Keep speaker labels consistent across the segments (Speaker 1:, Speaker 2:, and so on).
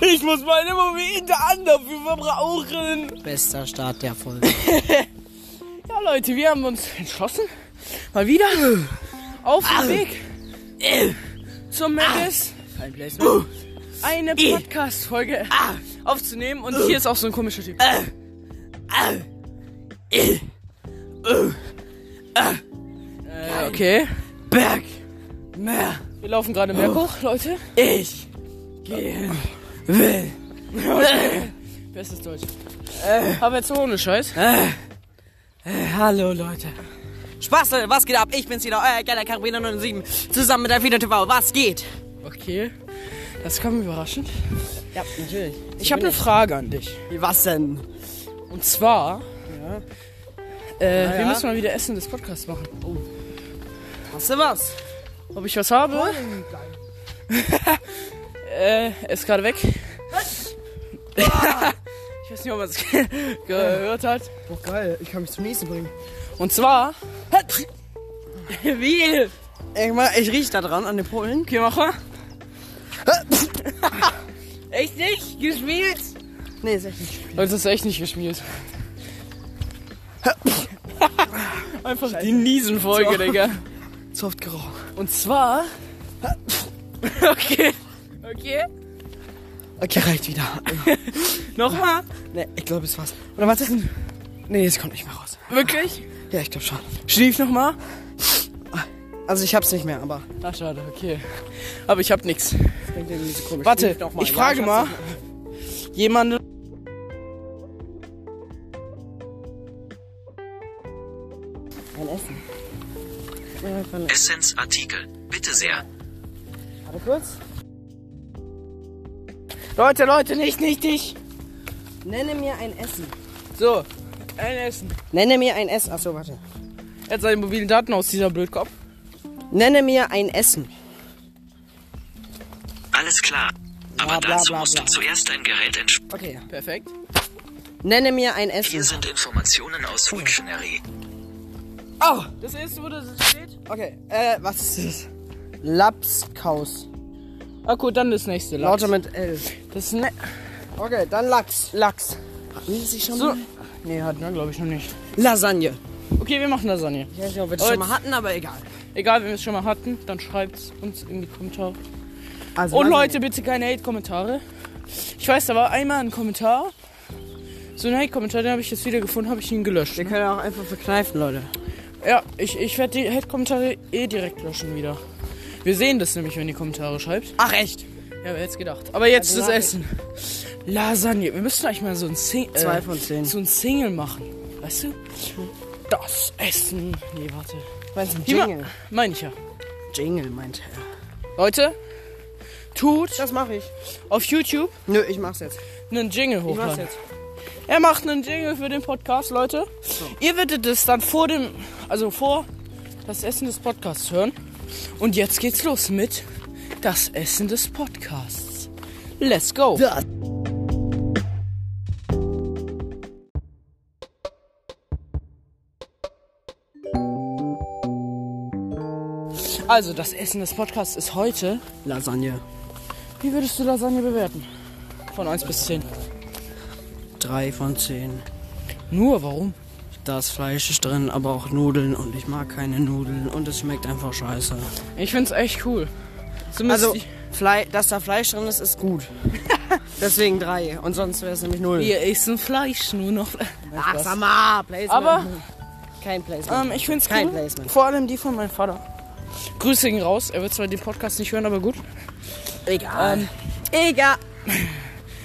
Speaker 1: Ich muss meine Momente an dafür verbrauchen.
Speaker 2: Bester Start der Folge.
Speaker 1: Ja, Leute, wir haben uns entschlossen, mal wieder auf dem Weg zum Mendes kein Placement, eine Podcast-Folge aufzunehmen. Und hier ist auch so ein komischer Typ. Äh, okay.
Speaker 2: Berg. Mehr.
Speaker 1: Wir laufen gerade mehr hoch, Leute.
Speaker 2: Ich. Gehen. Will.
Speaker 1: Bestes Deutsch. Aber jetzt ohne Scheiß.
Speaker 2: Hallo Leute. Spaß Leute, was geht ab? Ich bin's wieder, euer geiler Karabiner 07. Zusammen mit Alfino TV. Was geht?
Speaker 1: Okay. Das kam überraschend.
Speaker 2: Ja, natürlich.
Speaker 1: Ich habe eine Frage an dich.
Speaker 2: Was denn?
Speaker 1: Und zwar, äh, wir
Speaker 2: ja.
Speaker 1: müssen mal wieder Essen des Podcasts machen.
Speaker 2: Hast du was?
Speaker 1: Ob ich was habe? Oh. äh, er ist gerade weg. ich weiß nicht, ob man es gehört hat.
Speaker 2: Oh,
Speaker 3: Boah, geil, ich kann mich zum nächsten bringen.
Speaker 1: Und zwar, wie?
Speaker 2: Ich, mach- ich riech da dran an den Polen.
Speaker 1: Okay, mach mal. echt nicht? Geschmiert?
Speaker 2: Nee, ist echt nicht.
Speaker 1: Leute, das ist echt nicht geschmiert. Einfach die Niesenfolge, Digga.
Speaker 2: Zu oft geraucht.
Speaker 1: Und zwar. Okay. Okay.
Speaker 2: Okay, reicht wieder.
Speaker 1: Nochmal.
Speaker 2: Nee, ich glaube, es war's. Oder was ist denn? Nee, es kommt nicht mehr raus.
Speaker 1: Wirklich?
Speaker 2: Ja, ich glaube schon.
Speaker 1: Schlief nochmal?
Speaker 2: Also ich hab's nicht mehr, aber.
Speaker 1: Ach, schade, okay. Aber ich hab nix.
Speaker 2: Das klingt irgendwie so komisch.
Speaker 1: Warte,
Speaker 2: Schnief doch
Speaker 1: ich
Speaker 2: Ja,
Speaker 1: frage
Speaker 2: hab's
Speaker 1: mal.
Speaker 2: nicht
Speaker 1: Jemanden.
Speaker 2: mehr. Kein Essen.
Speaker 4: Essenzartikel. Bitte sehr.
Speaker 2: Warte kurz.
Speaker 1: Leute, Leute, nicht, nicht dich.
Speaker 2: Nenne mir ein Essen.
Speaker 1: So, ein Essen.
Speaker 2: Nenne mir ein Essen. Achso, warte.
Speaker 1: Jetzt seine mobilen Daten aus dieser Blödkopf.
Speaker 2: Nenne mir ein Essen.
Speaker 4: Alles klar. Aber
Speaker 2: Bla, bla,
Speaker 4: dazu
Speaker 2: bla,
Speaker 4: musst
Speaker 2: bla.
Speaker 4: du zuerst dein Gerät entsperren.
Speaker 2: Okay, ja.
Speaker 1: Perfekt.
Speaker 2: Nenne mir ein
Speaker 4: Hier
Speaker 2: Essen.
Speaker 4: sind Informationen aus
Speaker 2: Hm.
Speaker 4: Wiktionary.
Speaker 2: Oh!
Speaker 1: Das erste, wo das steht.
Speaker 2: Okay, äh, was ist das? Lapskaus.
Speaker 1: Ah, gut, dann das nächste. Lachs.
Speaker 2: Lauter mit L.
Speaker 1: Das ne
Speaker 2: Okay, dann Lachs. Lachs. Hatten wir sie schon
Speaker 1: So.
Speaker 2: mal?
Speaker 1: Nee, hatten wir, glaube ne, ich, noch nicht.
Speaker 2: Lasagne.
Speaker 1: Okay, wir machen Lasagne.
Speaker 2: Ich weiß nicht, ob wir
Speaker 1: das schon
Speaker 2: das schon
Speaker 1: mal
Speaker 2: mal hatten, aber egal.
Speaker 1: Egal, wenn wir es schon mal hatten, dann schreibt's uns in die Kommentare.
Speaker 2: Also
Speaker 1: Und Leute, bitte keine Hate-Kommentare. Ich weiß, da war einmal ein Kommentar. So ein Hate-Kommentar, den habe ich jetzt wieder gefunden, habe ich ihn gelöscht.
Speaker 2: Wir können auch einfach verkneifen, Leute.
Speaker 1: Ja, ich, ich werde die Hate-Kommentare eh direkt löschen wieder. Wir sehen das nämlich, wenn ihr Kommentare schreibt.
Speaker 2: Ach, echt?
Speaker 1: Ja, wer hätte gedacht. Aber jetzt
Speaker 2: Also
Speaker 1: das
Speaker 2: ja,
Speaker 1: Essen. Lasagne. Wir müssen eigentlich mal so ein, Sing äh,
Speaker 2: Zwei von zehn.
Speaker 1: so ein Single machen. Weißt du? Das Essen. Nee, warte.
Speaker 2: Meinst du
Speaker 1: Hier ma-
Speaker 2: Jingle?
Speaker 1: Mein ich ja.
Speaker 2: Jingle meint er.
Speaker 1: Leute, tut
Speaker 2: Das mache ich.
Speaker 1: auf YouTube
Speaker 2: Nö, ich mach's jetzt.
Speaker 1: einen Jingle
Speaker 2: Ich mach's
Speaker 1: hochladen.
Speaker 2: jetzt.
Speaker 1: Er macht einen Jingle für den Podcast, Leute. Ihr werdet es dann vor dem, also vor das Essen des Podcasts hören. Und jetzt geht's los mit das Essen des Podcasts. Let's go.
Speaker 2: Das.
Speaker 1: Also das Essen des Podcasts ist heute.
Speaker 2: Lasagne.
Speaker 1: Wie würdest du Lasagne bewerten? Von 1 bis 10.
Speaker 2: Drei von zehn.
Speaker 1: Nur warum?
Speaker 2: Das Fleisch ist drin, aber auch Nudeln und ich mag keine Nudeln und es schmeckt einfach scheiße.
Speaker 1: Ich find's echt cool. Zumindest
Speaker 2: Also,
Speaker 1: die-
Speaker 2: Fle dass da Fleisch drin ist, ist gut. Deswegen drei. Und sonst wäre es nämlich null.
Speaker 1: wir essen Fleisch nur noch.
Speaker 2: Ach, sag mal, Placement.
Speaker 1: Aber-
Speaker 2: Kein Placement.
Speaker 1: Ähm, ich find's
Speaker 2: Kein
Speaker 1: cool.
Speaker 2: Placement.
Speaker 1: Vor allem die von meinem Vater. Grüße ihn raus. Er wird zwar den Podcast nicht hören, aber gut. Ähm,
Speaker 2: egal. Ah. egal.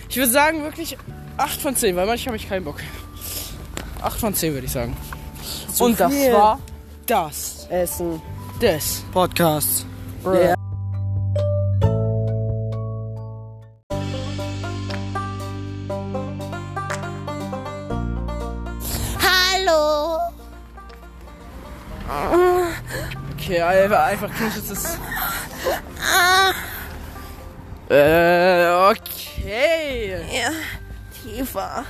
Speaker 1: Ich würde sagen, wirklich 8 von 10, weil manchmal habe ich keinen Bock. 8 von 10 würde ich sagen. Und das
Speaker 2: viel.
Speaker 1: war das.
Speaker 2: Essen.
Speaker 1: Das.
Speaker 2: Podcast. Yeah.
Speaker 1: Okay, einfach, einfach knutschelt es. Äh, okay.
Speaker 2: Eva.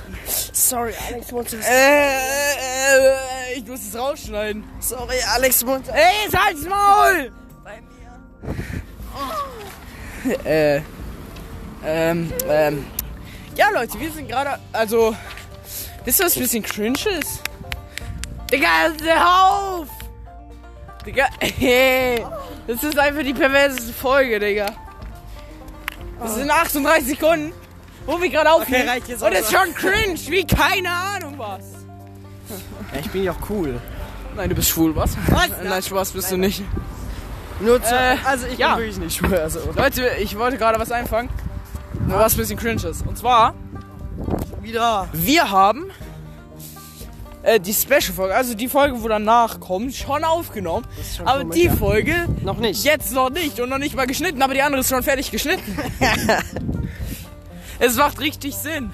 Speaker 2: Sorry, Alex Montes.
Speaker 1: Äh, ich muss es rausschneiden.
Speaker 2: Sorry, Alex Montes.
Speaker 1: Ey, salz Maul! Bei mir. Äh. Oh. Ähm, ähm. Ja, Leute, wir sind gerade. Also. Wisst ihr, was ein bisschen cringe ist? Digga, hör auf! Digga, hey. Das ist einfach die perverseste Folge, Digga. Das sind 38 Sekunden, wo wir gerade aufnehmen.
Speaker 2: reicht jetzt
Speaker 1: Und
Speaker 2: auch
Speaker 1: es ist
Speaker 2: so.
Speaker 1: schon cringe, wie keine Ahnung was.
Speaker 3: ich bin ja auch cool.
Speaker 1: Nein, du bist schwul, was?
Speaker 2: Was?
Speaker 1: Nein, Spaß bist du nicht.
Speaker 3: Nur zu,
Speaker 1: Äh,
Speaker 3: also ich
Speaker 1: ja.
Speaker 3: bin wirklich nicht schwul. Also
Speaker 1: Leute, ich wollte gerade was einfangen, was ein bisschen cringe ist. Und zwar,
Speaker 3: wieder.
Speaker 1: wir haben äh, die Special-Folge, also die Folge, wo danach kommt, schon aufgenommen.
Speaker 3: schon
Speaker 1: aber
Speaker 3: komisch,
Speaker 1: die
Speaker 3: ja.
Speaker 1: Folge
Speaker 3: Noch nicht.
Speaker 1: jetzt noch nicht und noch nicht mal geschnitten, aber die andere ist schon fertig geschnitten. es macht richtig Sinn.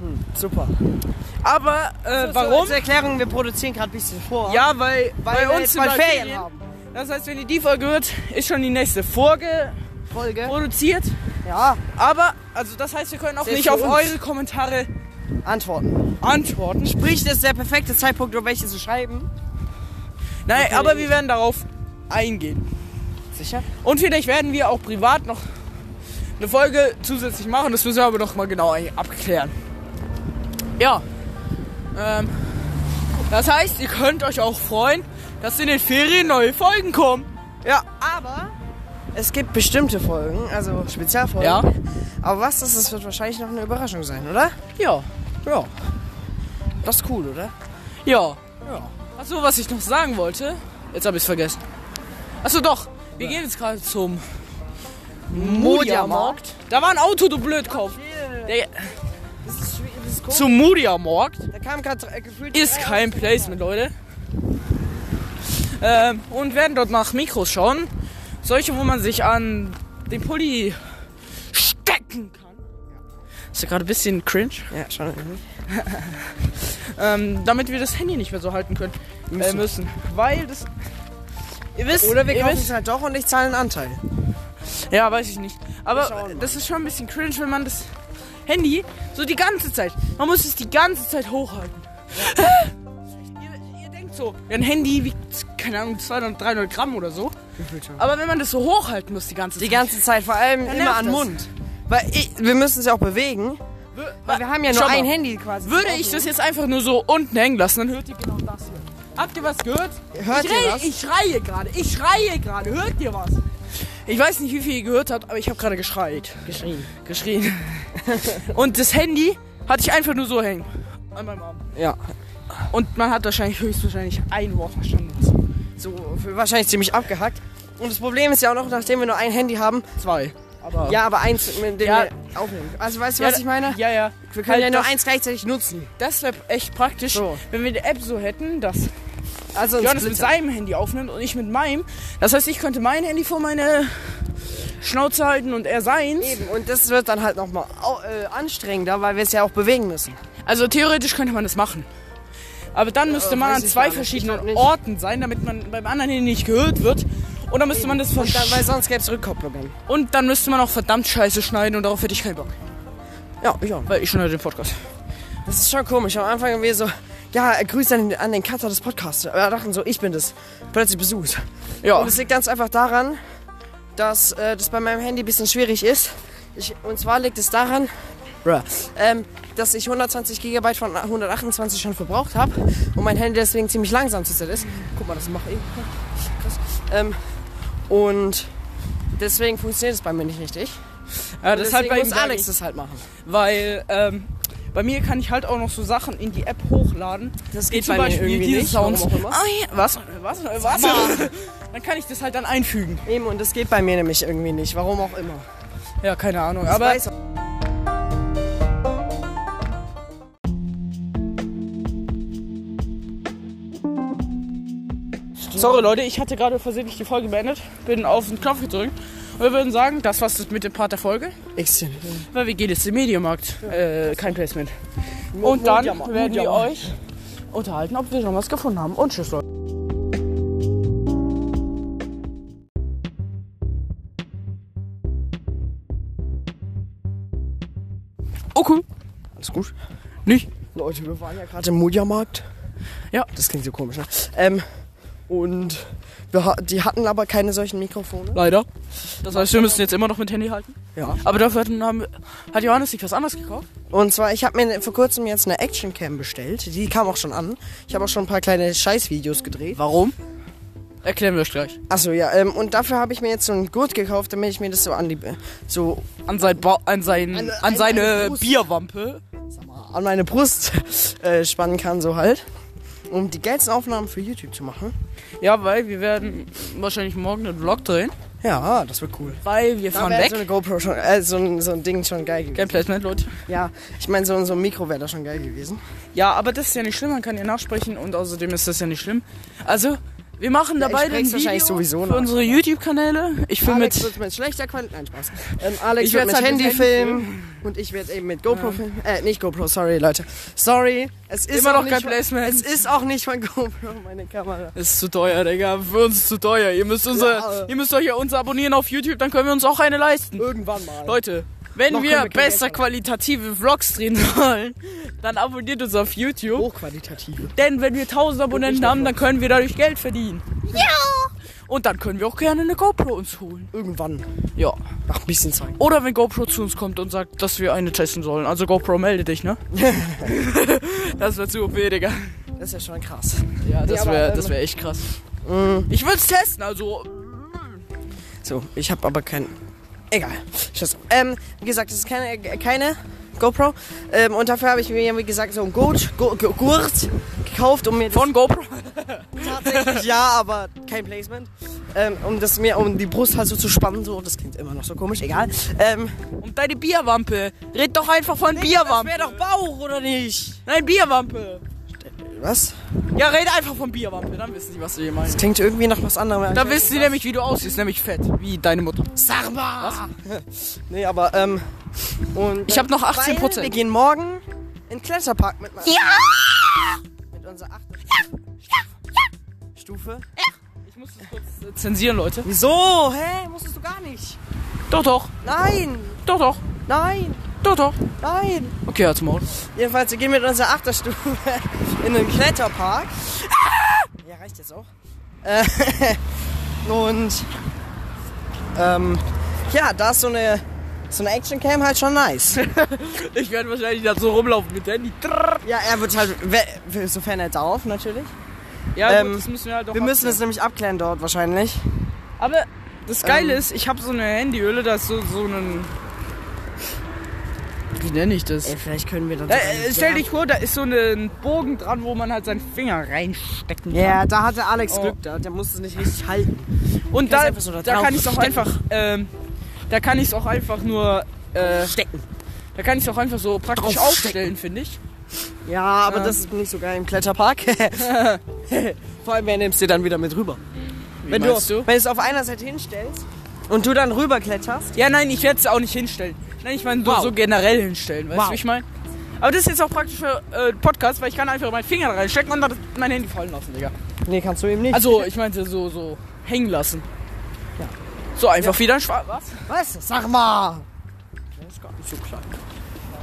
Speaker 3: Hm, Super.
Speaker 1: Aber äh, warum?
Speaker 3: Zur Erklärung, wir produzieren gerade ein bisschen vor.
Speaker 1: Ja, weil,
Speaker 3: weil
Speaker 1: bei
Speaker 3: wir
Speaker 1: uns
Speaker 3: jetzt
Speaker 1: sind
Speaker 3: mal
Speaker 1: bald
Speaker 3: Ferien
Speaker 1: Ferien.
Speaker 3: haben.
Speaker 1: Das heißt, wenn ihr die Folge hört, ist schon die nächste Folge
Speaker 3: Folge.
Speaker 1: produziert.
Speaker 3: Ja,
Speaker 1: Aber, also das heißt, wir können auch
Speaker 3: Selbst
Speaker 1: nicht
Speaker 3: für
Speaker 1: auf
Speaker 3: uns.
Speaker 1: eure Kommentare
Speaker 3: Antworten.
Speaker 1: antworten.
Speaker 2: Sprich, das ist der perfekte Zeitpunkt, um welche zu schreiben.
Speaker 1: Nein, aber wir werden darauf eingehen.
Speaker 3: Sicher?
Speaker 1: Und vielleicht werden wir auch privat noch eine Folge zusätzlich machen. Das müssen wir aber noch mal genau ein- abklären. Ja. Ähm, das heißt, ihr könnt euch auch freuen, dass in den Ferien neue Folgen kommen.
Speaker 3: Ja, aber es gibt bestimmte Folgen, also Spezialfolgen.
Speaker 1: Ja.
Speaker 3: Aber was ist, das wird wahrscheinlich noch eine Überraschung sein, oder?
Speaker 1: Ja. Ja.
Speaker 3: Das ist cool, oder?
Speaker 1: Ja. Achso, was ich noch sagen wollte. Jetzt habe ich es vergessen. Achso, doch. Wir gehen jetzt gerade zum Modiamarkt. Da war ein Auto, du Blödkopf. Der,
Speaker 3: Das ist, schwierig, das ist cool.
Speaker 1: zum Modiamarkt
Speaker 3: Da kam gerade äh, gefühlt.
Speaker 1: ist
Speaker 3: drei
Speaker 1: kein
Speaker 3: Autos.
Speaker 1: Placement, Leute. Ähm, und werden dort nach Mikros schauen. Solche, wo man sich an den Pulli stecken kann. Ist ja gerade ein bisschen cringe.
Speaker 3: Ja, schon.
Speaker 1: Ähm, damit wir das Handy nicht mehr so halten können. Äh, müssen. Weil das. Ihr wisst,
Speaker 3: Oder wir
Speaker 1: ihr
Speaker 3: kaufen
Speaker 1: wisst,
Speaker 3: es halt doch und ich zahle einen Anteil.
Speaker 1: Ja, weiß ich nicht.
Speaker 3: Wir
Speaker 1: Aber
Speaker 3: schauen mal.
Speaker 1: das ist schon ein bisschen cringe, wenn man das Handy so die ganze Zeit. Man muss es die ganze Zeit hochhalten. ihr, ihr denkt so, ja, ein Handy wiegt, keine Ahnung, 200, 300 Gramm oder so. Aber wenn man das so hochhalten muss die ganze Zeit.
Speaker 3: Die ganze Zeit, vor allem
Speaker 1: Dann
Speaker 3: immer
Speaker 1: nervt
Speaker 3: an
Speaker 1: das.
Speaker 3: Mund. Weil ich, wir müssen es ja auch bewegen. Weil wir haben ja nur
Speaker 1: Schau mal.
Speaker 3: ein Handy quasi.
Speaker 1: Würde ich das jetzt einfach nur so unten hängen lassen, dann hört ihr genau das hier. Habt ihr was gehört?
Speaker 3: Hört
Speaker 1: ich,
Speaker 3: ihr
Speaker 1: rede-
Speaker 3: was?
Speaker 1: ich schreie gerade. Ich schreie gerade. Hört ihr was? Ich weiß nicht, wie viel ihr gehört habt, aber ich habe gerade geschreit. Geschrien. Geschrien. Und das Handy hatte ich einfach nur so hängen. An meinem Arm.
Speaker 3: Ja.
Speaker 1: Und man hat wahrscheinlich höchstwahrscheinlich ein Wort verstanden.
Speaker 3: So, für- wahrscheinlich ziemlich abgehackt. Und das Problem ist ja auch noch, nachdem wir nur ein Handy haben.
Speaker 1: Zwei. Aber
Speaker 3: Ja, aber eins, mit dem
Speaker 1: Ja.
Speaker 3: wir aufnehmen. Also weißt du, was ich meine?
Speaker 1: Ja, ja.
Speaker 3: Wir können ja
Speaker 1: Halt
Speaker 3: nur
Speaker 1: das-
Speaker 3: eins gleichzeitig nutzen.
Speaker 1: Das wäre echt praktisch,
Speaker 3: So.
Speaker 1: wenn wir die App so hätten, dass
Speaker 3: Also ein
Speaker 1: Johannes mit
Speaker 3: Splitter.
Speaker 1: seinem Handy aufnimmt und ich mit meinem. Das heißt, ich könnte mein Handy vor meine Schnauze halten und er seins.
Speaker 3: Eben. Und das wird dann halt nochmal äh, anstrengender, weil wir es ja auch bewegen müssen.
Speaker 1: Also theoretisch könnte man das machen. Aber dann müsste
Speaker 3: Äh,
Speaker 1: man
Speaker 3: weiß
Speaker 1: an
Speaker 3: ich
Speaker 1: zwei
Speaker 3: gar nicht. Ich glaub
Speaker 1: verschiedenen
Speaker 3: nicht.
Speaker 1: Orten sein, damit man beim anderen Handy nicht gehört wird. Und dann müsste man das
Speaker 3: Und dann, weil
Speaker 1: versch-
Speaker 3: sonst gäbe es Rückkopplungen.
Speaker 1: Und dann müsste man auch verdammt scheiße schneiden und darauf hätte ich keinen Bock.
Speaker 3: Ja, ich auch.
Speaker 1: Weil ich schneide den Podcast.
Speaker 3: Das ist schon komisch. Am Anfang haben wir so, ja, Grüße an den, an den Cutter des Podcasts. Wir dachten so, ich bin das. Plötzlich besucht.
Speaker 1: Ja.
Speaker 3: Und es liegt ganz einfach daran, dass äh, das bei meinem Handy ein bisschen schwierig ist. Ich, und zwar liegt es daran, ähm, dass ich 120 GB von 128 schon verbraucht habe und mein Handy deswegen ziemlich langsam zurzeit ist. Guck mal, das macht eben. Krass. Ähm, und deswegen funktioniert es bei mir nicht richtig.
Speaker 1: Ja, das ist halt
Speaker 3: deswegen
Speaker 1: bei ihm
Speaker 3: muss
Speaker 1: gar
Speaker 3: Alex
Speaker 1: nicht.
Speaker 3: das halt machen.
Speaker 1: Weil ähm, bei mir kann ich halt auch noch so Sachen in die App hochladen.
Speaker 3: Das
Speaker 1: Wie
Speaker 3: geht bei mir irgendwie
Speaker 1: diese
Speaker 3: nicht, warum
Speaker 1: Sounds.
Speaker 3: auch immer.
Speaker 1: Ah, ja. Was? Was? Was? Dann kann ich das halt dann einfügen.
Speaker 3: Eben, und das geht bei mir nämlich irgendwie nicht, warum auch immer.
Speaker 1: Ja, keine Ahnung.
Speaker 3: Das
Speaker 1: Aber
Speaker 3: weiß-
Speaker 1: Sorry Leute, ich hatte gerade versehentlich die Folge beendet, bin auf den Knopf gedrückt. Und wir würden sagen, das war's mit dem Part der Folge,
Speaker 3: ich
Speaker 1: weil wir gehen jetzt im Medienmarkt. Äh, kein Placement. Und dann
Speaker 3: Mediamarkt,
Speaker 1: werden wir
Speaker 3: Mediamarkt.
Speaker 1: euch unterhalten, ob wir schon was gefunden haben. Und tschüss Leute. Okay.
Speaker 3: Alles gut?
Speaker 1: Nicht?
Speaker 3: Leute, wir waren ja gerade im Modia-Markt.
Speaker 1: Ja.
Speaker 3: Das klingt so komisch, ne? Ähm, und Wir, ha- die hatten aber keine solchen Mikrofone.
Speaker 1: Leider. Das heißt, wir müssen jetzt immer noch mit Handy halten.
Speaker 3: Ja.
Speaker 1: Aber dafür hatten- haben, hat Johannes sich was anderes gekauft.
Speaker 3: Und zwar, ich habe mir vor kurzem jetzt eine Actioncam bestellt. Die kam auch schon an. Ich habe auch schon ein paar kleine Scheißvideos gedreht.
Speaker 1: Warum? Erklären wir euch gleich.
Speaker 3: Achso, ja. Ähm, und dafür habe ich mir jetzt so einen Gurt gekauft, damit ich mir das so an die, so
Speaker 1: An, sein Bau- an, sein,
Speaker 3: Eine-
Speaker 1: an
Speaker 3: eine- eine
Speaker 1: seine
Speaker 3: Brust.
Speaker 1: Bierwampe.
Speaker 3: an meine Brust äh, spannen kann, so halt. Um die geilsten Aufnahmen für YouTube zu machen.
Speaker 1: Ja, weil wir werden wahrscheinlich morgen einen Vlog drehen.
Speaker 3: Ja, das wird cool.
Speaker 1: Weil wir
Speaker 3: Da
Speaker 1: fahren
Speaker 3: wär
Speaker 1: weg.
Speaker 3: so eine GoPro schon, äh, so, ein, so ein Ding schon geil gewesen.
Speaker 1: Game Placement, Leute.
Speaker 3: Ja, ich meine, so, so ein Mikro wäre da schon geil gewesen.
Speaker 1: Ja, aber das ist ja nicht schlimm, man kann ja nachsprechen und außerdem ist das ja nicht schlimm. Also, wir machen
Speaker 3: Ja, ich
Speaker 1: dabei den
Speaker 3: sprech's
Speaker 1: Video
Speaker 3: wahrscheinlich sowieso
Speaker 1: für
Speaker 3: nach.
Speaker 1: unsere YouTube-Kanäle. Ich filme
Speaker 3: Alex
Speaker 1: mit...
Speaker 3: wird mit schlechter Qualität. Nein, Spaß. Ähm, Alex
Speaker 1: Ich
Speaker 3: wird
Speaker 1: werd's
Speaker 3: mit
Speaker 1: halt mit Handy
Speaker 3: Handy filmen. Und ich werde eben mit GoPro filmen. Äh, nicht GoPro, sorry, Leute. Sorry. Es ist
Speaker 1: Immer
Speaker 3: auch
Speaker 1: noch
Speaker 3: nicht
Speaker 1: kein
Speaker 3: von-
Speaker 1: Placement.
Speaker 3: Es ist auch nicht von GoPro, meine Kamera.
Speaker 1: Ist zu teuer, Digga. Für uns ist zu teuer. Ihr müsst, unser,
Speaker 3: Ja.
Speaker 1: ihr müsst euch ja uns abonnieren auf YouTube, dann können wir uns auch eine leisten.
Speaker 3: Irgendwann mal.
Speaker 1: Leute, wenn
Speaker 3: Noch
Speaker 1: wir
Speaker 3: können wir kein
Speaker 1: besser
Speaker 3: Geld
Speaker 1: qualitative Vlogs drehen sollen, dann abonniert uns auf YouTube.
Speaker 3: Hochqualitative.
Speaker 1: Denn wenn wir 1000 Abonnenten haben, dann können wir dadurch Geld verdienen. Ja! Und dann können wir auch gerne eine GoPro uns holen.
Speaker 3: Irgendwann.
Speaker 1: Ja.
Speaker 3: Nach ein bisschen Zeit.
Speaker 1: Oder wenn GoPro zu uns kommt und sagt, dass wir eine testen sollen. Also GoPro, melde dich, ne? das wäre zu OP, Digga.
Speaker 3: Das ist ja schon krass.
Speaker 1: Ja,
Speaker 3: das
Speaker 1: das
Speaker 3: wär-
Speaker 1: wäre
Speaker 3: das
Speaker 1: wär echt krass. Ich würde es testen, also.
Speaker 3: So, ich habe aber kein. Egal. Scheiß. Ähm, wie gesagt, das ist keine, äh, keine GoPro. Ähm, und dafür habe ich mir, wie gesagt, so einen Gurt, Gu- Gu- Gurt gekauft, um mir das
Speaker 1: Von GoPro?
Speaker 3: tatsächlich, ja, aber kein Placement. Ähm, um das mir um die Brust halt so zu spannen, so. Das klingt immer noch so komisch, egal. Ähm,
Speaker 1: Und deine Bierwampe. Red doch einfach von
Speaker 3: das
Speaker 1: Bierwampe.
Speaker 3: wäre doch Bauch, oder nicht?
Speaker 1: Nein, Bierwampe.
Speaker 3: Was?
Speaker 1: Ja, red einfach von Bierwampe, dann wissen sie, was du hier meinst.
Speaker 3: Das klingt irgendwie nach was anderem.
Speaker 1: Dann wissen sie nämlich, wie du aussiehst, nämlich fett. Wie deine Mutter.
Speaker 3: Sag mal! Nee, aber, ähm. Und,
Speaker 1: Ich hab noch 18%.
Speaker 3: Weil Wir gehen morgen in den Kletterpark mit meiner. Ja! Mit unserer 8. Stufe.
Speaker 1: Ich muss das kurz äh, zensieren, Leute.
Speaker 3: Wieso? Hä? Musstest du gar nicht.
Speaker 1: Doch, doch.
Speaker 3: Nein!
Speaker 1: Doch, doch.
Speaker 3: Nein!
Speaker 1: Doch, doch.
Speaker 3: Nein!
Speaker 1: Okay, halt's Maul.
Speaker 3: Jedenfalls, wir gehen mit unserer Achterstufe in den Kletterpark. Ah! Ja, reicht jetzt auch. Äh, Und ähm, ja, da ist so eine, so eine Actioncam halt schon nice.
Speaker 1: Ich werde wahrscheinlich da so rumlaufen mit Handy.
Speaker 3: Ja, er wird halt, we- sofern er darf natürlich.
Speaker 1: Ja,
Speaker 3: Ähm,
Speaker 1: gut, das müssen wir halt doch
Speaker 3: Wir müssen
Speaker 1: abklären.
Speaker 3: es nämlich abklären dort wahrscheinlich.
Speaker 1: Aber das Geile
Speaker 3: Ähm.
Speaker 1: ist, ich habe so eine Handyhülle, da ist so, so ein. Wie nenne ich das?
Speaker 3: Ey, vielleicht können wir dann...
Speaker 1: Äh,
Speaker 3: sogar-
Speaker 1: äh, stell dich vor, da ist so ein Bogen dran, wo man halt seinen Finger reinstecken kann.
Speaker 3: Ja, da hatte Alex
Speaker 1: Oh.
Speaker 3: Glück, da, der musste es nicht richtig halten.
Speaker 1: Und
Speaker 3: kannst
Speaker 1: da,
Speaker 3: einfach so da
Speaker 1: da
Speaker 3: drauf
Speaker 1: kann ich auch
Speaker 3: stecken.
Speaker 1: einfach. Ähm, da kann ich es auch einfach nur. Äh,
Speaker 3: Stecken.
Speaker 1: da kann ich es auch einfach so praktisch
Speaker 3: Draufstecken.
Speaker 1: aufstellen, finde ich.
Speaker 3: Ja, aber
Speaker 1: Ähm.
Speaker 3: das ist nicht so geil im Kletterpark. Vor allem, wer nimmst dir dann wieder mit rüber?
Speaker 1: Wie
Speaker 3: Wenn du,
Speaker 1: meinst du?
Speaker 3: wenn du es auf einer Seite hinstellst und du dann rüberkletterst.
Speaker 1: Ja, nein, ich werde es auch nicht hinstellen. Nein, ich meine nur
Speaker 3: Wow.
Speaker 1: so generell hinstellen, weißt
Speaker 3: Wow.
Speaker 1: du, wie ich meine? Aber das ist jetzt auch praktisch für äh, Podcast, weil ich kann einfach meinen Finger reinstecken und dann mein Handy fallen lassen, Digga.
Speaker 3: Nee, kannst du eben nicht.
Speaker 1: Also, ich meinte so, so hängen lassen. So einfach wieder ein Schwarz. Was?
Speaker 3: was? Sag mal!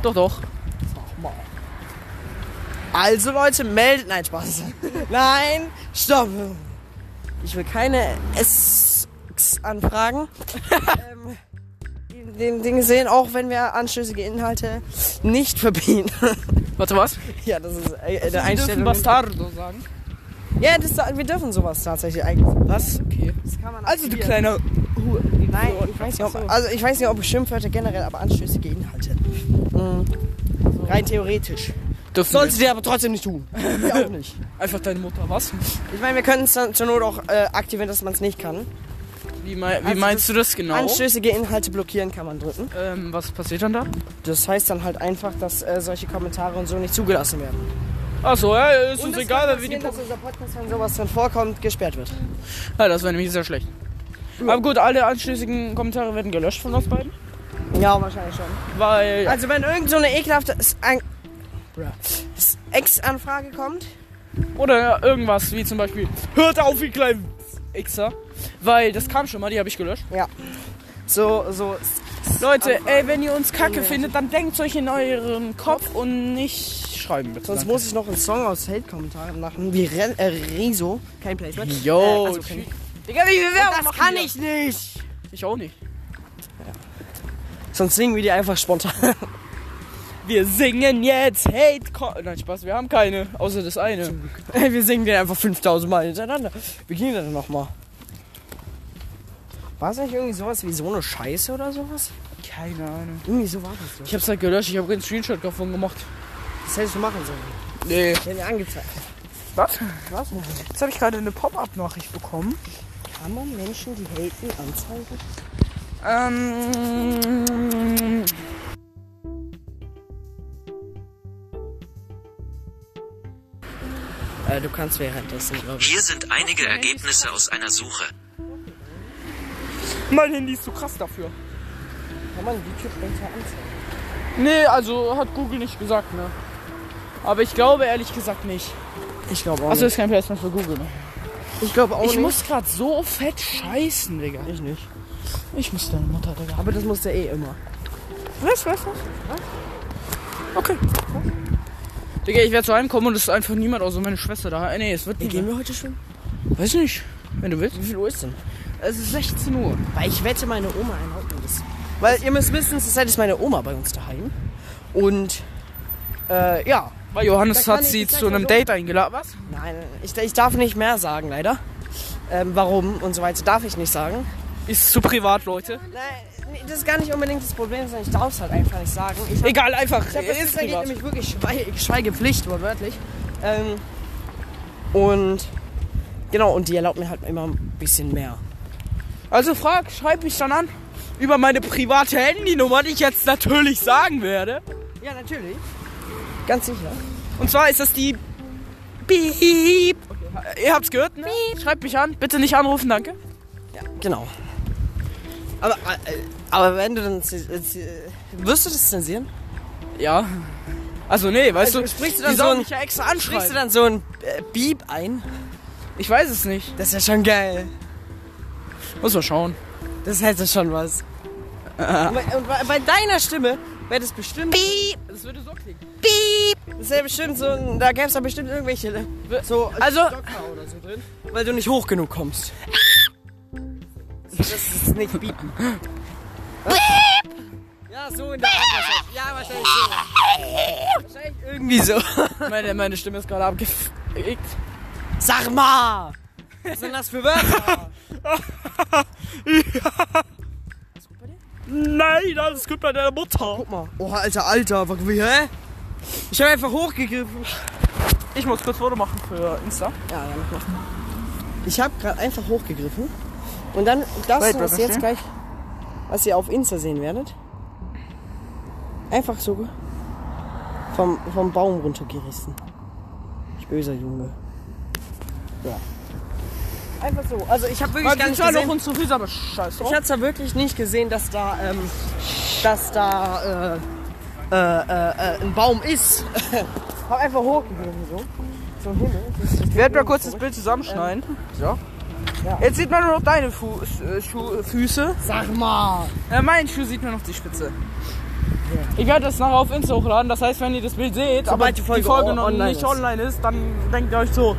Speaker 1: Doch, doch.
Speaker 3: Also Leute, meldet. Nein, Spaß. Nein, stopp. Ich will keine S-Anfragen. ähm, in dem Ding sehen, auch wenn wir anstößige Inhalte nicht verbieten.
Speaker 1: Warte, was?
Speaker 3: ja, das ist äh, eine
Speaker 1: Wir Also, dürfen
Speaker 3: Einstellung.
Speaker 1: Bastardo sagen.
Speaker 3: Ja, das, wir dürfen sowas tatsächlich eigentlich.
Speaker 1: Was? Okay.
Speaker 3: Das kann man
Speaker 1: Also, du
Speaker 3: aktivieren.
Speaker 1: kleiner.
Speaker 3: Nein, ich weiß nicht, ob, also ich weiß nicht, ob Schimpfwörter generell, aber anstößige Inhalte. Mhm. Rein theoretisch.
Speaker 1: Dürfen
Speaker 3: Solltet ihr aber trotzdem nicht tun. Ich auch nicht.
Speaker 1: wir. Einfach deine Mutter, was?
Speaker 3: Ich meine, wir können es dann zur Not auch äh, aktivieren, dass man es nicht kann.
Speaker 1: Wie, mei- wie
Speaker 3: Also,
Speaker 1: meinst du das genau?
Speaker 3: Anstößige Inhalte blockieren kann man drücken.
Speaker 1: Ähm, was passiert dann da?
Speaker 3: Das heißt dann halt einfach, dass äh, solche Kommentare und so nicht zugelassen werden.
Speaker 1: Achso, ja, ist uns
Speaker 3: es
Speaker 1: egal,
Speaker 3: kann
Speaker 1: weil wir die
Speaker 3: passieren, dass unser Podcast, wenn sowas drin vorkommt, gesperrt wird.
Speaker 1: Ja, Ah, das wäre nämlich sehr schlecht. Aber gut, alle anschließenden Kommentare werden gelöscht von uns beiden.
Speaker 3: Ja, wahrscheinlich schon.
Speaker 1: Weil.
Speaker 3: Also wenn irgend so eine ekelhafte S- ein- S- Ex-Anfrage kommt,
Speaker 1: Oder irgendwas, wie zum Beispiel, hört auf, ihr kleinen Xer. Weil das kam schon mal, die habe ich gelöscht.
Speaker 3: so, so
Speaker 1: Leute,
Speaker 3: Anfragen.
Speaker 1: ey, wenn ihr uns kacke
Speaker 3: Ja.
Speaker 1: findet, dann denkt euch in euren Kopf und nicht schreiben bitte.
Speaker 3: Sonst
Speaker 1: danke.
Speaker 3: muss ich noch einen Song aus Hate-Kommentaren machen, wie Ren äh, Riso. Kein Placement.
Speaker 1: Yo,
Speaker 3: äh, also kein,
Speaker 1: Digga, wie viel Werbung
Speaker 3: Das
Speaker 1: machen
Speaker 3: kann
Speaker 1: wir?
Speaker 3: ich nicht.
Speaker 1: Ich auch nicht.
Speaker 3: Sonst singen wir die einfach spontan.
Speaker 1: Wir singen jetzt Hate Co Nein, Spaß, wir haben keine. Außer das eine.
Speaker 3: wir singen den einfach 5000 Mal hintereinander. Wie ging das denn nochmal? War es nicht irgendwie sowas wie so eine Scheiße oder sowas?
Speaker 1: Keine Ahnung.
Speaker 3: Irgendwie so war das.
Speaker 1: Ich hab's halt gelöscht, ich habe keinen Screenshot davon gemacht.
Speaker 3: Das hättest du machen sollen.
Speaker 1: Nee.
Speaker 3: Ich hätte mir angezeigt.
Speaker 5: Was? Was? Jetzt habe ich gerade eine Pop-Up-Nachricht bekommen.
Speaker 3: Kann man Menschen, die haten, anzeigen?
Speaker 5: Ähm.
Speaker 3: Äh, du kannst währenddessen, glaube ich.
Speaker 4: Hier sind einige
Speaker 2: Hm.
Speaker 4: Ergebnisse aus einer Suche.
Speaker 5: Mein Handy ist zu krass dafür.
Speaker 3: Kann man YouTube später anzeigen?
Speaker 1: Nee, also hat Google nicht gesagt, ne? Aber ich glaube ehrlich gesagt nicht.
Speaker 3: Ich glaube auch
Speaker 1: Achso,
Speaker 3: nicht.
Speaker 1: ist kein Platz mehr für Google. Ne?
Speaker 3: Also Ich glaube auch
Speaker 1: Ich
Speaker 3: nicht.
Speaker 1: muss gerade so fett scheißen, Digga.
Speaker 3: Ich nicht.
Speaker 1: Ich muss deine Mutter, Digga.
Speaker 3: Aber das muss der eh immer.
Speaker 5: Was, was, was?
Speaker 1: Digga, ich werde zu einem kommen und es ist einfach niemand außer meine Schwester da. Äh, Nee, es wird
Speaker 3: Gehen
Speaker 1: nicht.
Speaker 3: wir heute schon?
Speaker 1: Weiß nicht, wenn du willst.
Speaker 3: Wie viel Uhr ist denn?
Speaker 1: Es ist 16 Uhr.
Speaker 3: Weil ich wette, meine Oma ein Hauptnis. Weil ihr müsst wissen, zurzeit ist halt meine Oma bei uns daheim. Und äh, ja.
Speaker 1: Weil Johannes
Speaker 3: Da kann
Speaker 1: hat
Speaker 3: ich-
Speaker 1: sie
Speaker 3: ich sag
Speaker 1: zu
Speaker 3: mal
Speaker 1: einem
Speaker 3: so.
Speaker 1: Date eingeladen. Was?
Speaker 3: Nein, ich, ich darf nicht mehr sagen, leider. Ähm, warum und so weiter darf ich nicht sagen.
Speaker 1: Ist zu privat, Leute.
Speaker 3: Nein, nee, das ist gar nicht unbedingt das Problem, sondern ich darf es halt einfach nicht sagen. Ich hab,
Speaker 1: Egal, einfach.
Speaker 3: ich hab das
Speaker 1: ist
Speaker 3: ist geht
Speaker 1: privat.
Speaker 3: nämlich wirklich Schweige, Schweigepflicht, wortwörtlich. Ähm, und genau, und die erlaubt mir halt immer ein bisschen mehr.
Speaker 1: Also frag, schreib mich dann an über meine private Handynummer, die ich jetzt natürlich sagen werde.
Speaker 3: Ja, natürlich. Ganz sicher.
Speaker 1: Und zwar ist das die Beep. Ihr habt's gehört, ne? Schreibt mich an. Bitte nicht anrufen, danke.
Speaker 3: Genau. Aber, äh, aber wenn du dann. zi- äh, zi- äh, Wirst du das zensieren?
Speaker 1: Ja. Also nee, weißt
Speaker 3: Also
Speaker 1: du,
Speaker 3: sprichst du
Speaker 1: die
Speaker 3: dann so
Speaker 1: sollen
Speaker 3: ein-
Speaker 1: mich ja extra
Speaker 3: Kriegst du
Speaker 1: anschreiben.
Speaker 3: dann so ein äh, Beep ein?
Speaker 1: Ich weiß es nicht.
Speaker 3: Das ist ja schon geil.
Speaker 1: Muss mal schauen.
Speaker 3: Das hätte schon was.
Speaker 1: Äh.
Speaker 3: Und bei, und bei- bei deiner Stimme wäre das bestimmt. Beep!
Speaker 1: Das würde so klingen.
Speaker 3: Das wäre bestimmt so. ein- Da gäbe es da bestimmt irgendwelche. So,
Speaker 1: Also,
Speaker 3: weil du nicht hoch genug kommst. Das ist nicht biepen. Ja, so in der Art wahrscheinlich. Ja, wahrscheinlich so. Wahrscheinlich irgendwie so.
Speaker 1: meine, meine Stimme ist gerade abgefickt.
Speaker 3: Sag mal! Was sind das für Wörter?
Speaker 1: Nein, alles gut bei deiner Mutter.
Speaker 3: Guck mal. Oh, alter, alter. Was, wie, hä? Ich habe einfach hochgegriffen.
Speaker 1: Ich muss kurz Foto machen für Insta.
Speaker 3: Ja, ja, mach mal. Ich habe gerade einfach hochgegriffen. Und dann das,
Speaker 5: Wait, was
Speaker 3: was
Speaker 5: ist
Speaker 3: ihr
Speaker 5: hier?
Speaker 3: jetzt gleich, was ihr auf Insta sehen werdet, einfach so vom, vom Baum runtergerissen. Ich böser Junge. Ja. Einfach so. Also ich habe wirklich
Speaker 1: Weil
Speaker 3: gar
Speaker 1: wir
Speaker 3: nicht
Speaker 1: zahlen auch
Speaker 3: gesehen.
Speaker 1: unsere Füße, aber scheiß
Speaker 3: Ich
Speaker 1: drauf.
Speaker 3: habe zwar wirklich nicht gesehen, dass da, ähm, dass da äh, äh, äh, äh, ein Baum ist. hab einfach hochgegriffen so. Zum Himmel. Das ist-
Speaker 1: Ich werde mal kurz das Bild zusammenschneiden. So. Jetzt sieht man nur noch deine Fu äh, Schu Füße.
Speaker 3: Sag mal.
Speaker 1: Äh, mein Schuh sieht nur noch die Spitze. Ich werde das nachher auf Insta hochladen. Das heißt, wenn ihr das Bild seht, aber
Speaker 3: Sobald
Speaker 1: die
Speaker 3: die
Speaker 1: Folge,
Speaker 3: Folge o-
Speaker 1: noch
Speaker 3: online
Speaker 1: nicht
Speaker 3: ist.
Speaker 1: online ist, dann denkt ihr euch so.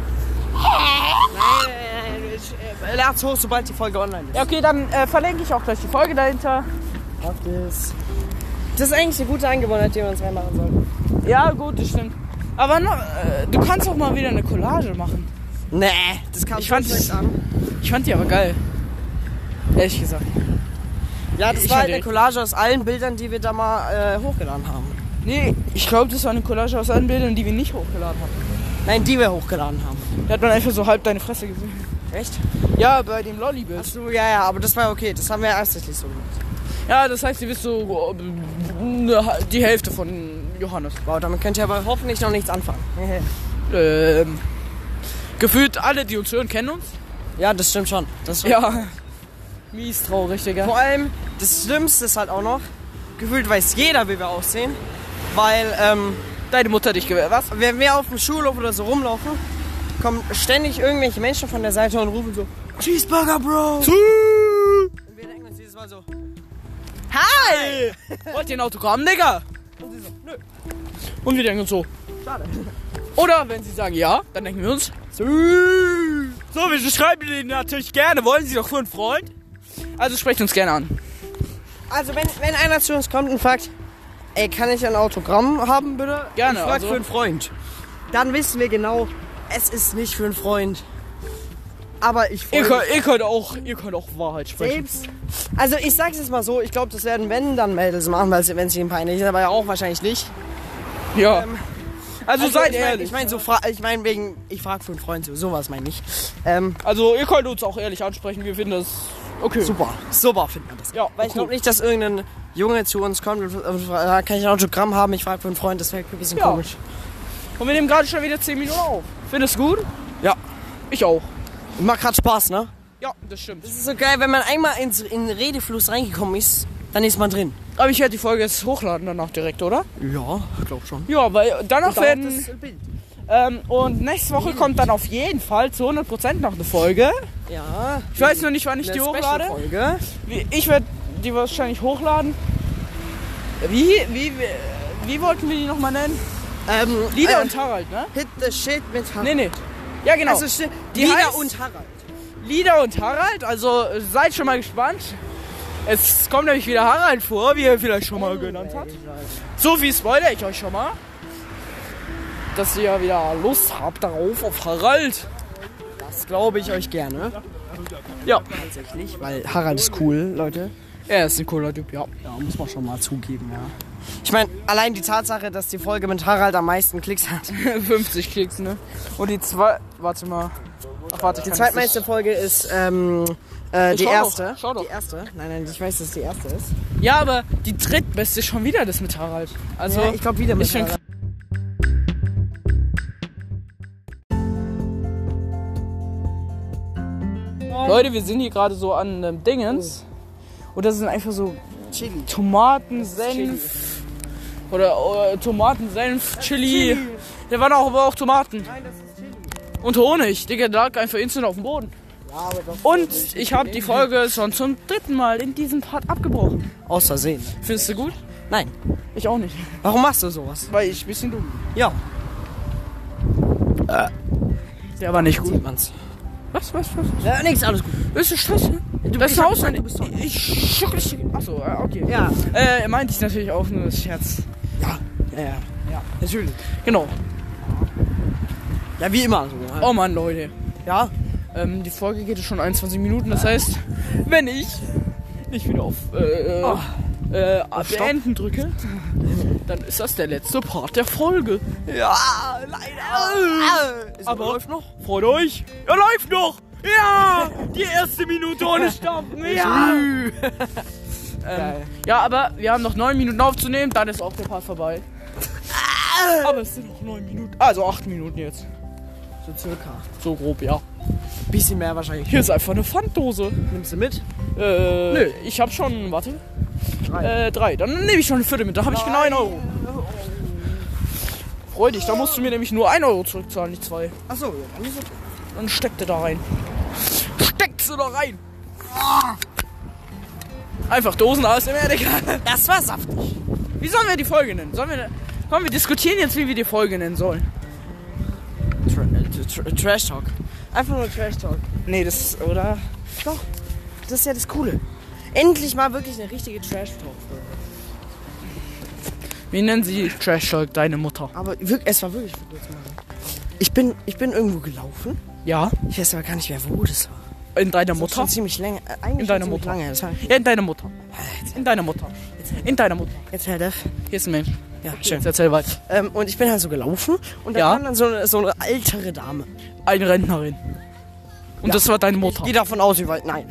Speaker 3: Äh, Lad's hoch, sobald die Folge online ist.
Speaker 1: Ja, okay, dann äh, verlinke ich auch gleich die Folge dahinter.
Speaker 3: Macht es. Das ist eigentlich eine gute Angewohnheit, die wir uns reinmachen sollten.
Speaker 1: Ja, gut, das stimmt. Aber noch, äh, du kannst auch mal wieder eine Collage machen.
Speaker 3: Nee, das kam
Speaker 1: Ich fand
Speaker 3: so schlecht
Speaker 1: es-
Speaker 3: an.
Speaker 1: Ich fand die aber geil. Ehrlich gesagt.
Speaker 3: Ja, das
Speaker 1: ich
Speaker 3: war
Speaker 1: fand
Speaker 3: halt eine
Speaker 1: die-
Speaker 3: Collage aus allen Bildern, die wir da mal äh, hochgeladen haben.
Speaker 1: Nee, ich glaube, das war eine Collage aus allen Bildern, die wir nicht hochgeladen haben.
Speaker 3: Nein, die wir hochgeladen haben.
Speaker 1: Da hat man einfach so halb deine Fresse gesehen.
Speaker 3: Echt?
Speaker 1: Ja, bei dem Lolli-Bild.
Speaker 3: Achso, ja, ja, aber das war okay. Das haben wir absichtlich so gemacht.
Speaker 1: Ja, das heißt, ihr wisst so oh, ne, die Hälfte von Johannes.
Speaker 3: Wow, damit könnt ihr aber hoffentlich noch nichts anfangen.
Speaker 1: Ähm, gefühlt alle, die uns hören, kennen uns.
Speaker 3: ja, das stimmt schon. Das stimmt.
Speaker 1: Ja. Mies traurig, Digga.
Speaker 3: Vor allem, das Schlimmste ist halt auch noch, gefühlt weiß jeder, wie wir aussehen. Weil, ähm,
Speaker 1: Deine Mutter dich gewählt. Was?
Speaker 3: Wenn wir auf dem Schulhof oder so rumlaufen, kommen ständig irgendwelche Menschen von der Seite und rufen so: Cheeseburger, Bro! Und wir denken uns jedes Mal so:
Speaker 1: Hi! Wollt ihr ein Autogramm, Digga?
Speaker 3: und sie so, Nö.
Speaker 1: Und wir denken uns so. Schade. Oder wenn sie sagen ja, dann denken wir uns.
Speaker 3: Süß.
Speaker 1: So, wir schreiben Ihnen natürlich gerne. Wollen Sie doch für einen Freund? Also sprecht uns gerne an.
Speaker 3: Also wenn, wenn einer zu uns kommt und fragt, ey, kann ich ein Autogramm haben, bitte?
Speaker 1: Gerne,
Speaker 3: Ich frag
Speaker 1: also-
Speaker 3: für einen Freund. Dann wissen wir genau, es ist nicht für einen Freund. Aber ich
Speaker 1: Ihr
Speaker 3: freue
Speaker 1: könnt, ihr könnt auch, ihr könnt auch Wahrheit sprechen.
Speaker 3: selbst. Also ich sag's jetzt mal so, ich glaube, das werden wenn dann Mädels machen, weil es wenn es ihnen peinlich ist, aber ja auch wahrscheinlich nicht.
Speaker 1: Ja. Also, seid
Speaker 3: ich mein,
Speaker 1: ehrlich.
Speaker 3: ich mein, so fra ich mein wegen ich frag für einen Freund so sowas meine ich. Ähm,
Speaker 1: also ihr könnt uns auch ehrlich ansprechen. Wir finden das okay.
Speaker 3: super, super findet man das.
Speaker 1: Ja,
Speaker 3: Weil ich
Speaker 1: cool.
Speaker 3: glaube nicht, dass irgendein Junge zu uns kommt und äh, fragt, kann ich ein Autogramm haben, ich frag für einen Freund, das wäre ein bisschen
Speaker 1: Ja.
Speaker 3: komisch.
Speaker 1: Und wir nehmen gerade schon wieder 10 Minuten auf. Findest du gut?
Speaker 3: Ja.
Speaker 1: Ich auch.
Speaker 3: Macht grad Spaß, ne?
Speaker 1: Ja, das stimmt.
Speaker 3: Das ist so geil, wenn man einmal ins, in den Redefluss reingekommen ist, dann ist man drin.
Speaker 1: Aber ich werde die Folge jetzt hochladen danach direkt, oder?
Speaker 3: Ja, glaub schon.
Speaker 1: Ja, weil danach
Speaker 3: auch
Speaker 1: werden. Ähm, und nächste Woche kommt dann auf jeden Fall zu 100% noch eine Folge.
Speaker 3: Ja,
Speaker 1: Ich weiß noch nicht, wann ich
Speaker 3: eine
Speaker 1: die hochlade.
Speaker 3: Special-Folge.
Speaker 1: Wie- Ich werde die wahrscheinlich hochladen. Wie, wie, wie, wie wollten wir die nochmal nennen?
Speaker 3: Ähm,
Speaker 1: Lieder
Speaker 3: äh,
Speaker 1: und Harald, ne?
Speaker 3: Hit the shit mit Harald.
Speaker 1: Nee, nee. Ja, genau.
Speaker 3: Also stimmt,
Speaker 1: Die
Speaker 3: Lieder
Speaker 1: heißt-
Speaker 3: und Harald.
Speaker 1: Lieder und Harald, also äh, seid schon mal gespannt. Es kommt nämlich wieder Harald vor, wie er vielleicht schon mal genannt hat. So viel spoiler ich euch schon mal. Dass ihr ja wieder Lust habt darauf, auf Harald.
Speaker 3: Das glaube ich euch gerne.
Speaker 1: Ja,
Speaker 3: Tatsächlich, weil Harald ist cool, Leute.
Speaker 1: er ist ein cooler Typ, ja.
Speaker 3: Ja, muss man schon mal zugeben, ja. Ich meine, allein die Tatsache, dass die Folge mit Harald am meisten Klicks hat.
Speaker 1: 50 Klicks, ne? Und die zwei. Warte mal. Ach, warte, ich
Speaker 3: Die
Speaker 1: kann
Speaker 3: zweitmeiste Folge ist ähm, äh, die
Speaker 1: schau doch,
Speaker 3: erste.
Speaker 1: schau doch.
Speaker 3: Die erste? Nein, nein, ich weiß, dass es die erste ist.
Speaker 1: das nicht- Ja, aber die drittbeste ist schon wieder das mit Harald. Also,
Speaker 3: Ja, ich glaube wieder mit
Speaker 1: Ist schon
Speaker 3: Harald.
Speaker 1: Leute, wir sind hier gerade so an einem Dingens. Und das sind einfach so
Speaker 3: Oh. Chili.
Speaker 1: Tomaten, Senf. Oder, oder Tomaten, Senf, Chili. Da waren auch, aber auch Tomaten. Und Honig. Digga, der lag einfach instant auf dem Boden. Und ich habe die Folge schon zum dritten Mal in diesem Part abgebrochen.
Speaker 3: Aus Versehen.
Speaker 1: Findest du gut?
Speaker 3: Nein.
Speaker 1: Ich auch nicht.
Speaker 3: Warum machst du sowas?
Speaker 1: Weil ich ein bisschen dumm
Speaker 3: Ja.
Speaker 1: bin. Der war nicht gut.
Speaker 3: man's.
Speaker 1: Was, was, was?
Speaker 2: Äh,
Speaker 3: Ja, nix, alles gut.
Speaker 1: Ist das Scheiße? Du bist
Speaker 3: ich hab
Speaker 1: raus.
Speaker 3: gesagt, du bist doch-
Speaker 1: Ich schock dich. Achso, äh, okay.
Speaker 3: Ja.
Speaker 1: Äh, meinte ich natürlich auch nur das Scherz.
Speaker 3: Ja, ja. Natürlich.
Speaker 1: Genau.
Speaker 3: Ja, wie immer so. halt.
Speaker 1: Oh Mann, Leute.
Speaker 3: Ja.
Speaker 1: Ähm, die Folge geht jetzt schon 21 Minuten, das heißt, wenn ich nicht wieder auf, äh, äh, beenden drücke, dann ist das der letzte Part der Folge.
Speaker 3: Ja, leider.
Speaker 1: Aber läuft noch? Freut euch? Ja, läuft noch! Ja! Die erste Minute ohne Stampfen! Ja! ähm, ja, aber wir haben noch 9 Minuten aufzunehmen, dann ist auch der Part vorbei. aber es sind noch 9 Minuten, also 8 Minuten jetzt.
Speaker 3: So circa.
Speaker 1: So grob, ja.
Speaker 3: Bisschen mehr wahrscheinlich.
Speaker 1: Hier ist einfach eine Pfanddose.
Speaker 3: Nimmst du mit?
Speaker 1: Äh, Nö. Ich habe schon, warte. Drei. Äh, drei. Dann nehme ich schon eine Viertel mit. Da habe ich genau 1 Euro. Freu dich, da musst du mir nämlich nur 1 Euro zurückzahlen, nicht zwei.
Speaker 3: Achso, ja, dann ist okay.
Speaker 1: Dann steck dir da rein. Steckst du da rein! Einfach Dosen ASMR, Digga.
Speaker 3: Das war saftig.
Speaker 1: Wie sollen wir die Folge nennen? Sollen wir. Komm, wir diskutieren jetzt, wie wir die Folge nennen sollen.
Speaker 3: Tra äh, tr tr Trash Talk. Einfach nur Trash Talk.
Speaker 1: Nee, das. Oder?
Speaker 3: Das ist ja das Coole. Endlich mal wirklich eine richtige Trash Talk.
Speaker 1: Wie nennen sie Trash Talk deine Mutter?
Speaker 3: Aber wirk- es war wirklich gut jetzt mal. Ich bin, ich bin irgendwo gelaufen.
Speaker 1: Ja?
Speaker 3: Ich weiß aber gar nicht mehr, wo das war.
Speaker 1: In deiner
Speaker 3: Das ist
Speaker 1: Mutter?
Speaker 3: Schon ziemlich länger. Äh, eigentlich
Speaker 1: In deiner
Speaker 3: schon
Speaker 1: Mutter.
Speaker 3: ziemlich Lange. Das war-
Speaker 1: Ja, in deiner Mutter. In deiner Mutter. In deiner Mutter.
Speaker 3: Jetzt halt auf.
Speaker 1: Hier ist ein Mensch.
Speaker 3: Ja,
Speaker 1: Jetzt
Speaker 3: schön.
Speaker 1: erzähl weiter.
Speaker 3: Ähm, und ich bin halt so gelaufen und da
Speaker 1: Ja.
Speaker 3: kam dann so eine, so eine ältere Dame.
Speaker 1: eine Rentnerin. Und das war deine
Speaker 3: Ich
Speaker 1: Mutter.
Speaker 3: gehe davon aus, ich weiß. Nein.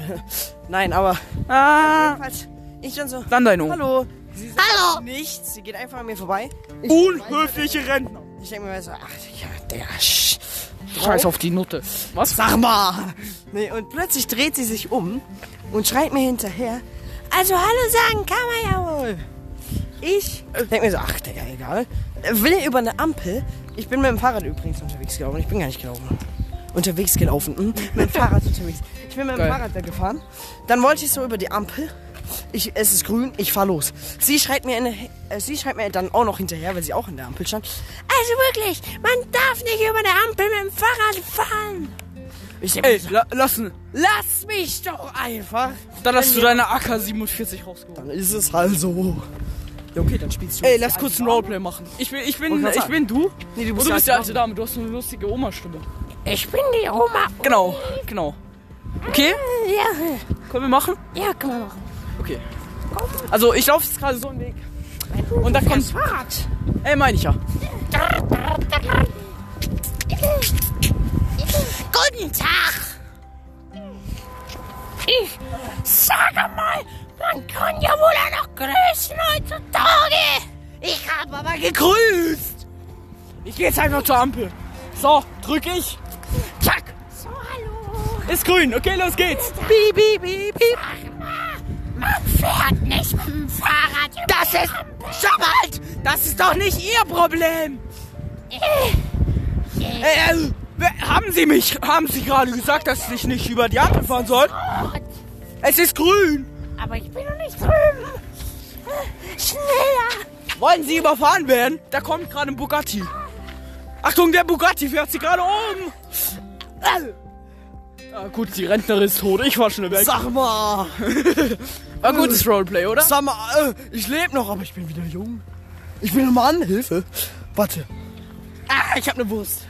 Speaker 3: Nein, aber.
Speaker 1: Ah,
Speaker 3: Jedenfalls, Ich dann so.
Speaker 1: dann dein Ohr.
Speaker 3: Hallo. Sie sagt Hallo. nichts. Sie geht einfach an mir vorbei.
Speaker 1: Unhöfliche Rentner.
Speaker 3: Ich denke mir so, ach ja, der. Sch
Speaker 1: Scheiß auf die Nutte. Was?
Speaker 3: Sag mal! Nee, und plötzlich dreht sie sich um und schreit mir hinterher. Also Hallo sagen kann man ja wohl. Ich denke mir so, ach Digga, egal. Äh, Will über eine Ampel. Ich bin mit dem Fahrrad übrigens unterwegs gelaufen. Ich bin gar nicht gelaufen. Unterwegs gelaufen. Hm? Mit dem Fahrrad unterwegs. Ich bin mit dem
Speaker 1: Geil.
Speaker 3: Fahrrad da gefahren. Dann wollte ich so über die Ampel. Ich, es ist grün, ich fahr los. Sie schreit, mir in der, äh, sie schreit mir dann auch noch hinterher, weil sie auch in der Ampel stand. Also wirklich, man darf nicht über eine Ampel mit dem Fahrrad fahren. Ich
Speaker 1: Ey, la lassen.
Speaker 3: lass mich doch einfach.
Speaker 1: Dann hast du deine AK 47 rausgeholt.
Speaker 2: Dann ist es halt so.
Speaker 3: Ja, okay, dann spielst du.
Speaker 1: Ey, lass kurz ein Roleplay machen. Ich bin, ich bin,
Speaker 3: Wollte
Speaker 1: ich
Speaker 3: gerade
Speaker 1: bin du.
Speaker 3: Nee, du
Speaker 1: Und
Speaker 3: bist,
Speaker 1: du bist die
Speaker 3: ja
Speaker 1: alte Dame. Du hast so eine lustige Oma-Stimme.
Speaker 6: Ich bin die Oma.
Speaker 1: Genau, genau. Okay,
Speaker 6: Ja,
Speaker 1: können wir machen?
Speaker 6: ja, kann man machen.
Speaker 1: Okay. Also ich laufe jetzt gerade so einen Weg. Und da kommt.
Speaker 6: Fahrrad.
Speaker 1: Ey, meine ich ja.
Speaker 6: Guten Tag. Ich sage mal, man kann ja wohl auch noch grüßen heutzutage. Ich habe aber
Speaker 1: Gegrüßt! Ich gehe jetzt einfach zur Ampel. So, drück ich. Zack!
Speaker 6: So, hallo.
Speaker 1: Ist grün. Okay, los geht's.
Speaker 6: Piep, piep, piep, piep. Man fährt nicht mit dem Fahrrad. Das ist... Stopp halt!
Speaker 1: Das ist doch nicht Ihr Problem. Äh, äh, wer- haben Sie mich, haben Sie gerade gesagt, dass ich nicht über die Ampel fahren soll? Es ist grün.
Speaker 6: Aber ich bin noch nicht drüben. Schneller.
Speaker 1: Wollen Sie überfahren werden? Da kommt gerade ein Bugatti. Achtung, der Bugatti fährt Sie gerade um. Äh. Ah, gut, die Rentnerin ist tot. Ich war schnell weg.
Speaker 2: Sag mal,
Speaker 1: War gutes Roleplay, oder?
Speaker 2: sag mal, äh, ich lebe noch, aber ich bin wieder jung. Ich bin ein Mann, Hilfe. Warte.
Speaker 1: Ah, ich hab ne Wurst.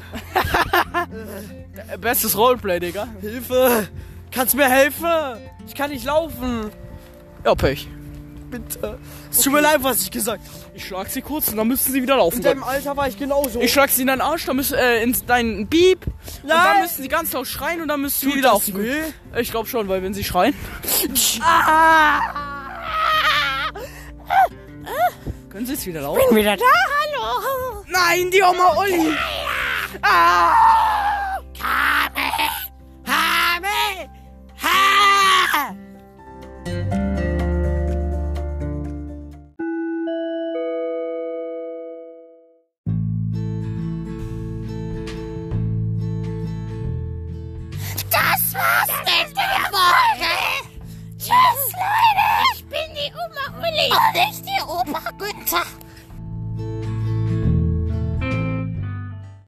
Speaker 1: Bestes Roleplay, Digga.
Speaker 2: Hilfe. Kannst mir helfen?
Speaker 1: Ich kann nicht laufen. Ja, Pech.
Speaker 2: Bitte. Es tut mir leid, was ich gesagt habe.
Speaker 1: Ich schlag sie kurz und dann müssen sie wieder laufen.
Speaker 2: In deinem Alter war ich genauso.
Speaker 1: Ich schlag sie in deinen Arsch, dann müssen, äh, in deinen Beep. Und dann
Speaker 2: Nein.
Speaker 1: müssen sie ganz laut schreien und dann müssen sie wieder laufen.
Speaker 2: will.
Speaker 1: Ich glaube schon, weil wenn sie schreien.
Speaker 6: Ah.
Speaker 1: Können sie jetzt wieder laufen?
Speaker 6: Bin wieder da. Hallo.
Speaker 1: Nein, die Oma Olli. Ah.
Speaker 6: Habe. Ha. Das war's mit der Folge. Tschüss, Leute. Ich bin die Oma Uli. Und ich die Opa Günther.